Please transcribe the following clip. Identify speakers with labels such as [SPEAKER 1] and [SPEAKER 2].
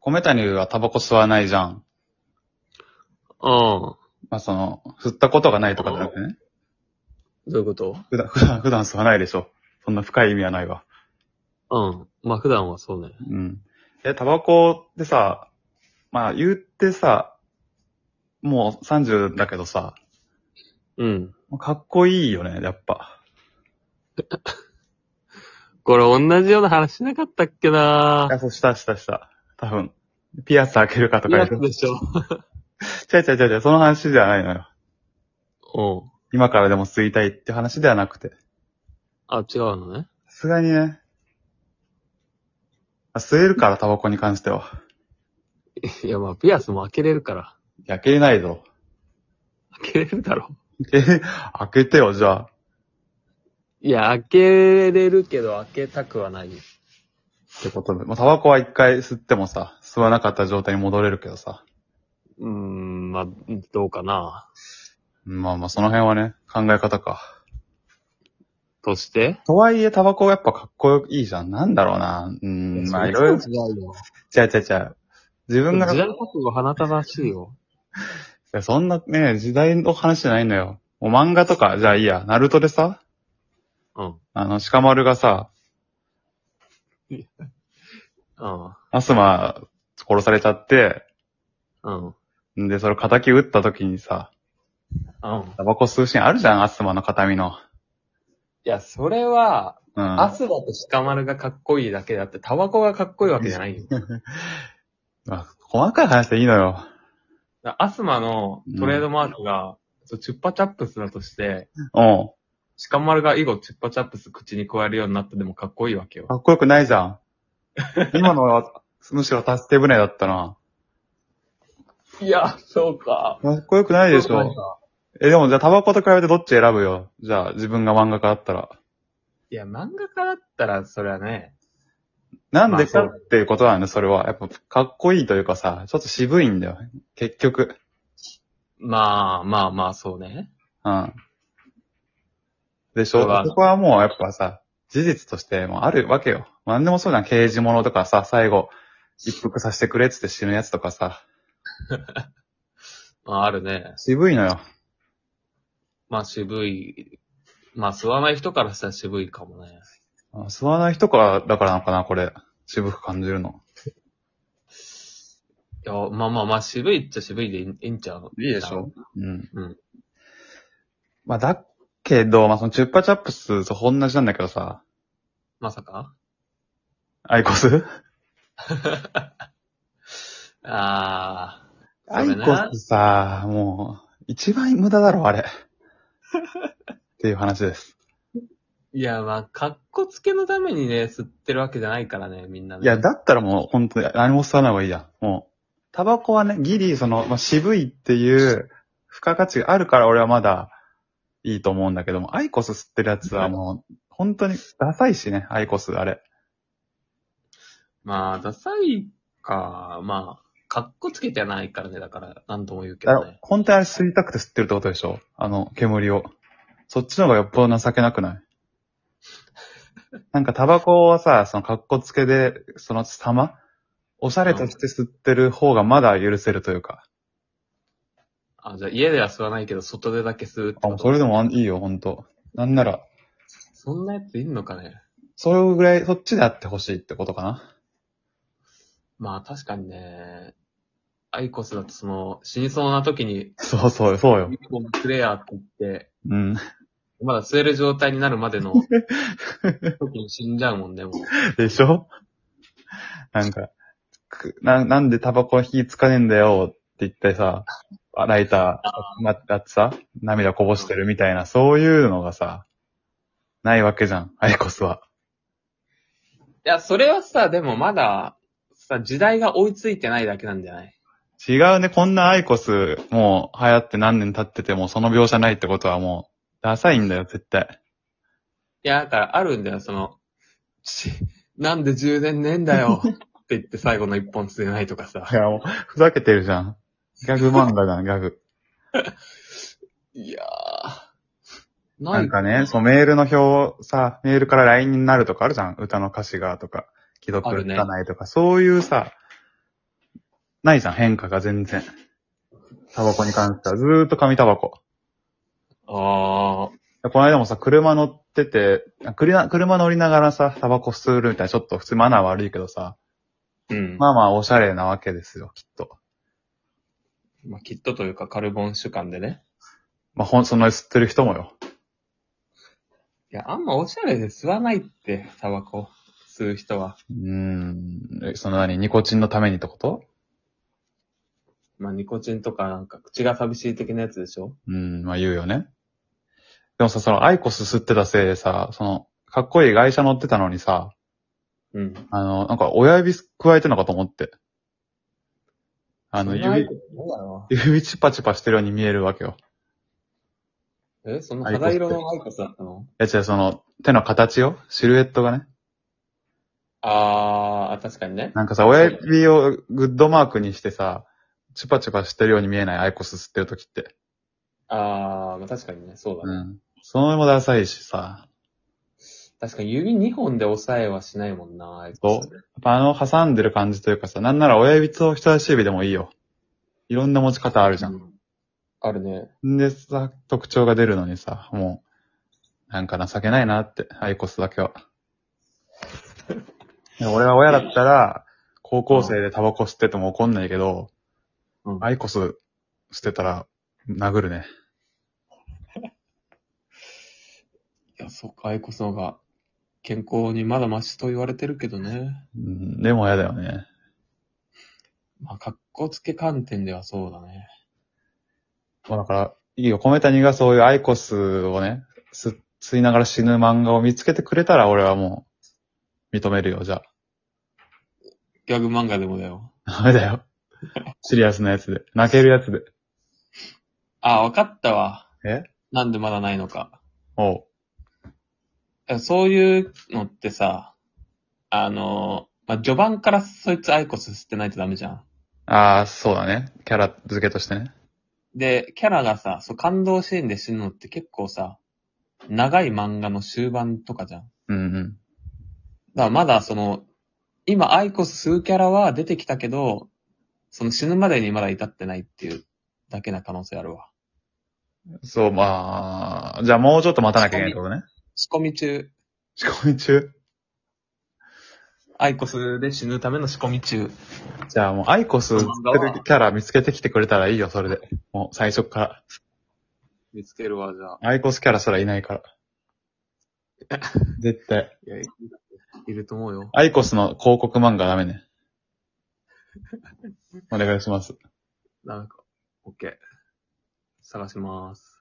[SPEAKER 1] 米谷はタバコ吸わないじゃん。
[SPEAKER 2] ああ。
[SPEAKER 1] まあ、その、吸ったことがないとかじゃなくてね。
[SPEAKER 2] どういうこと
[SPEAKER 1] 普段、普段、普段吸わないでしょ。そんな深い意味はないわ。
[SPEAKER 2] うん。まあ普段はそうね。
[SPEAKER 1] うん。え、タバコってさ、まあ、言ってさ、もう30だけどさ、
[SPEAKER 2] うん。
[SPEAKER 1] かっこいいよね、やっぱ。
[SPEAKER 2] これ同じような話しなかったっけない
[SPEAKER 1] や、そう、した、した、した。多分。ピアス開けるかとか
[SPEAKER 2] や
[SPEAKER 1] 言
[SPEAKER 2] つ
[SPEAKER 1] う。
[SPEAKER 2] でしょ。
[SPEAKER 1] 違う違う違う違う、その話じゃないのよ。
[SPEAKER 2] うん。
[SPEAKER 1] 今からでも吸いたいって話ではなくて。
[SPEAKER 2] あ、違うのね。
[SPEAKER 1] さすがにね。あ吸えるから、タバコに関しては。
[SPEAKER 2] いや、まあ、ピアスも開けれるから。
[SPEAKER 1] いや開けれないぞ。
[SPEAKER 2] 開けれるだろ。
[SPEAKER 1] え、開けてよ、じゃあ。
[SPEAKER 2] いや、開けれるけど、開けたくはないよ。
[SPEAKER 1] ってことで。まあ、タバコは一回吸ってもさ、吸わなかった状態に戻れるけどさ。
[SPEAKER 2] うーん、まあ、どうかな。
[SPEAKER 1] まあまあ、その辺はね、考え方か。
[SPEAKER 2] として
[SPEAKER 1] とはいえ、タバコはやっぱかっこいいじゃん。なんだろうな。うん、まあ、いろいろ。違
[SPEAKER 2] そんな違うよ。
[SPEAKER 1] う違う違う。自分が、
[SPEAKER 2] 時
[SPEAKER 1] い
[SPEAKER 2] 代覚悟花たらしいよ。
[SPEAKER 1] やそんなね、時代の話じゃないんだよ。もう漫画とか、じゃあいいや、ナルトでさ、
[SPEAKER 2] うん。
[SPEAKER 1] あの、鹿丸がさ、
[SPEAKER 2] うん。
[SPEAKER 1] アスマ殺されちゃって、
[SPEAKER 2] うん。うん。
[SPEAKER 1] んで、それ仇撃った時にさ、タバコ吸うシーンあるじゃん、アスマの形見の。
[SPEAKER 2] いや、それは、
[SPEAKER 1] うん。
[SPEAKER 2] アスバとシカマルがかっこいいだけであって、タバコがかっこいいわけじゃないよ。
[SPEAKER 1] まあ、細かい話でいいのよ。
[SPEAKER 2] アスマのトレードマークが、そうチュッパチャップスだとして、
[SPEAKER 1] うん。
[SPEAKER 2] シカマルが以後チュッパチャップス口に加えるようになってでもかっこいいわけよ。
[SPEAKER 1] かっこよくないじゃん。今のは、むしろ助け船だったな。
[SPEAKER 2] いや、そうか。
[SPEAKER 1] かっこよくないでし
[SPEAKER 2] そう
[SPEAKER 1] ょ。
[SPEAKER 2] か
[SPEAKER 1] え、でもじゃあタバコと比べてどっち選ぶよ。じゃあ自分が漫画家だったら。
[SPEAKER 2] いや、漫画家だったら、それはね、
[SPEAKER 1] なんでか
[SPEAKER 2] まあそう
[SPEAKER 1] っていうことなんだ、それは。やっぱ、かっこいいというかさ、ちょっと渋いんだよ。結局。
[SPEAKER 2] まあまあまあ、そうね。
[SPEAKER 1] うん。でし
[SPEAKER 2] そ
[SPEAKER 1] ょ
[SPEAKER 2] れは
[SPEAKER 1] そこはもうやっぱさ、事実としてもうあるわけよ。なんでもそうじゃん。刑事物とかさ、最後、一服させてくれっつって死ぬやつとかさ、
[SPEAKER 2] まああるね。
[SPEAKER 1] 渋いのよ。
[SPEAKER 2] まあ渋い。まあ吸わない人からしたら渋いかもね。
[SPEAKER 1] あ吸わない人から、だからなのかな、これ。渋く感じるの。
[SPEAKER 2] いや、まあまあまあ渋いっちゃ渋いでいいいいんちゃう
[SPEAKER 1] いいでしょうん。
[SPEAKER 2] うん。
[SPEAKER 1] まあ、だけど、まあ、その、チュッパチャップスと同じなんだけどさ、
[SPEAKER 2] まさか
[SPEAKER 1] アイコス
[SPEAKER 2] ああ。
[SPEAKER 1] ア
[SPEAKER 2] そ
[SPEAKER 1] イ
[SPEAKER 2] れな
[SPEAKER 1] コスさ、もう、一番無駄だ ろ、あれ。っていう話です。
[SPEAKER 2] いや、まあ、格好つけのためにね、吸ってるわけじゃないからね、みんなね。
[SPEAKER 1] いや、だったらもう、本当に何も吸わない方がいいやん。もう、タバコはね、ギリ、その、まあ、渋いっていう、付加価値があるから俺はまだ、いいと思うんだけども、アイコス吸ってるやつはもう、本当にダサいしね、アイコス、あれ。
[SPEAKER 2] まあ、ダサいか、まあ、格好つけてないからね、だから、なんとも言うけ
[SPEAKER 1] だ
[SPEAKER 2] ど
[SPEAKER 1] から
[SPEAKER 2] ね。
[SPEAKER 1] 本当にあれ吸いたくて吸ってるってことでしょあの、煙を。そっちの方がよっぽど情けなくないなんかタバコはさ、その格好つけで、その様おしゃれとして吸ってる方がまだ許せるというか。
[SPEAKER 2] あ、じゃあ、家では吸わないけど、外でだけ吸うって
[SPEAKER 1] あ、
[SPEAKER 2] こ
[SPEAKER 1] もう
[SPEAKER 2] と
[SPEAKER 1] それでもいいよ、ほんと。なんなら、
[SPEAKER 2] そんなやついんのかね。
[SPEAKER 1] それぐらい、そっちであってほしいってことかな。
[SPEAKER 2] まあ、確かにね、アイコスだとその、死にそうな時に、
[SPEAKER 1] そうそうよ、そうよ。
[SPEAKER 2] 一本くれやって言って、
[SPEAKER 1] うん。
[SPEAKER 2] まだ吸える状態になるまでの、時に死んじゃうもんね、もう。
[SPEAKER 1] でしょなんか、くな、なんでタバコは火つかねえんだよって言ってさ、あライター、ま、だってさ、涙こぼしてるみたいな、そういうのがさ、ないわけじゃん、アイコスは。
[SPEAKER 2] いや、それはさ、でもまだ、さ、時代が追いついてないだけなんじゃない
[SPEAKER 1] 違うね、こんなアイコス、もう流行って何年経ってても、その描写ないってことはもう、ダサいんだよ、絶対。
[SPEAKER 2] いや、だからあるんだよ、その、ちなんで10年ねえんだよって言って最後の一本吸えないとかさ
[SPEAKER 1] い。や、もう、ふざけてるじゃん。ギャグ漫画じゃん、ギャグ。
[SPEAKER 2] いやー。な
[SPEAKER 1] ないんかね、そう、メールの表、さ、メールから LINE になるとかあるじゃん歌の歌詞がとか、既読つかないとか、そういうさ、ないじゃん、変化が全然。タバコに関しては、ずーっと紙タバコ。
[SPEAKER 2] あ
[SPEAKER 1] この間もさ、車乗ってて、あ車車乗りながらさ、タバコ吸うみたいな、ちょっと普通マナー悪いけどさ、
[SPEAKER 2] ー。うん。ま
[SPEAKER 1] まあまあおしゃれなわけですよ、きっと。
[SPEAKER 2] あ、きっとというかカルボン主観でね。
[SPEAKER 1] まあほん、その吸ってる人もよ。
[SPEAKER 2] いや、あんまおしゃれで吸わないって、タバコ吸う人は。
[SPEAKER 1] うーん、えその何、ニコチンのためにってこと
[SPEAKER 2] まあ、ニコチンとかなんか口が寂しい的なやつでしょ
[SPEAKER 1] うーん、まあ言うよね。でもさ、そのアイコス吸ってたせいでさ、その、かっこいい外車乗ってたのにさ、
[SPEAKER 2] うん。
[SPEAKER 1] あの、なんか親指加えてんのかと思って。あの、
[SPEAKER 2] そんな
[SPEAKER 1] 指、
[SPEAKER 2] どうだろ
[SPEAKER 1] 指チパチパしてるように見えるわけよ。
[SPEAKER 2] うえ、その肌色のアイコスだったの
[SPEAKER 1] いや違う、その、手の形よシルエットがね。
[SPEAKER 2] あーあ、確かにね。
[SPEAKER 1] なんかさ、親指をグッドマークにしてさ、チュパチュパしてるように見えないアイコス吸ってる時って。
[SPEAKER 2] ああ、まあ確かにね、そうだ
[SPEAKER 1] う
[SPEAKER 2] ね。
[SPEAKER 1] ん。その上もダサいしさ、
[SPEAKER 2] 確かに指2本で押さえはしないもんな、アイコスね。
[SPEAKER 1] やっぱあの挟んでる感じというかさ、なんなら親指と人差し指でもいいよ。いろんな持ち方あるじゃ。
[SPEAKER 2] うんんあるね。
[SPEAKER 1] ん、でさ、特徴が出るのにさ、もう、なんか情けないなって、アイコスだけは。で俺は親だったら、高校生でタバコ吸ってても怒んないけど、
[SPEAKER 2] うん
[SPEAKER 1] アイコス捨てたら殴るね。
[SPEAKER 2] いや、そっか、アイコスの方が健康にまだマシと言われてるけどね。
[SPEAKER 1] うん、でも嫌だよね。
[SPEAKER 2] まあ、格好つけ観点ではそうだね。
[SPEAKER 1] もうだから、いいよ、米谷がそういうアイコスをね、す吸いながら死ぬ漫画を見つけてくれたら俺はもう、認めるよ、じゃ
[SPEAKER 2] ギャグ漫画でもだよ。
[SPEAKER 1] あ。ダメだよ。シリアスなやつで。泣けるやつで。
[SPEAKER 2] ああ、わかったわ。
[SPEAKER 1] え
[SPEAKER 2] なんでまだないのか。
[SPEAKER 1] おう。
[SPEAKER 2] いやそういうのってさ、あの、まあ、序盤からそいつアイコス吸ってないとダメじゃん。
[SPEAKER 1] ああ、そうだね。キャラ付けとしてね。
[SPEAKER 2] で、キャラがさ、そう感動シーンで死ぬのって結構さ、長い漫画の終盤とかじゃん。だか
[SPEAKER 1] うんうん。
[SPEAKER 2] らまだその、今アイコス吸うキャラは出てきたけど、その死ぬまでにまだ至ってないっていうだけな可能性あるわ。
[SPEAKER 1] そう、まあ、じゃあもうちょっと待たなきゃいけないってことね。
[SPEAKER 2] 仕込み中、
[SPEAKER 1] 仕込み中。
[SPEAKER 2] アイコスで死ぬための仕込み中。
[SPEAKER 1] じゃあもうアイコス吸ってるキャラ見つけてきてくれたらいいよ、それで。もう最初から。
[SPEAKER 2] 見つけるわ、じゃあ。
[SPEAKER 1] アイコスキャラすらいないから。絶対。
[SPEAKER 2] いや、いると思うよ。
[SPEAKER 1] アイコスの広告漫画ダメね。お願いします。
[SPEAKER 2] なんか、オッケー。探します。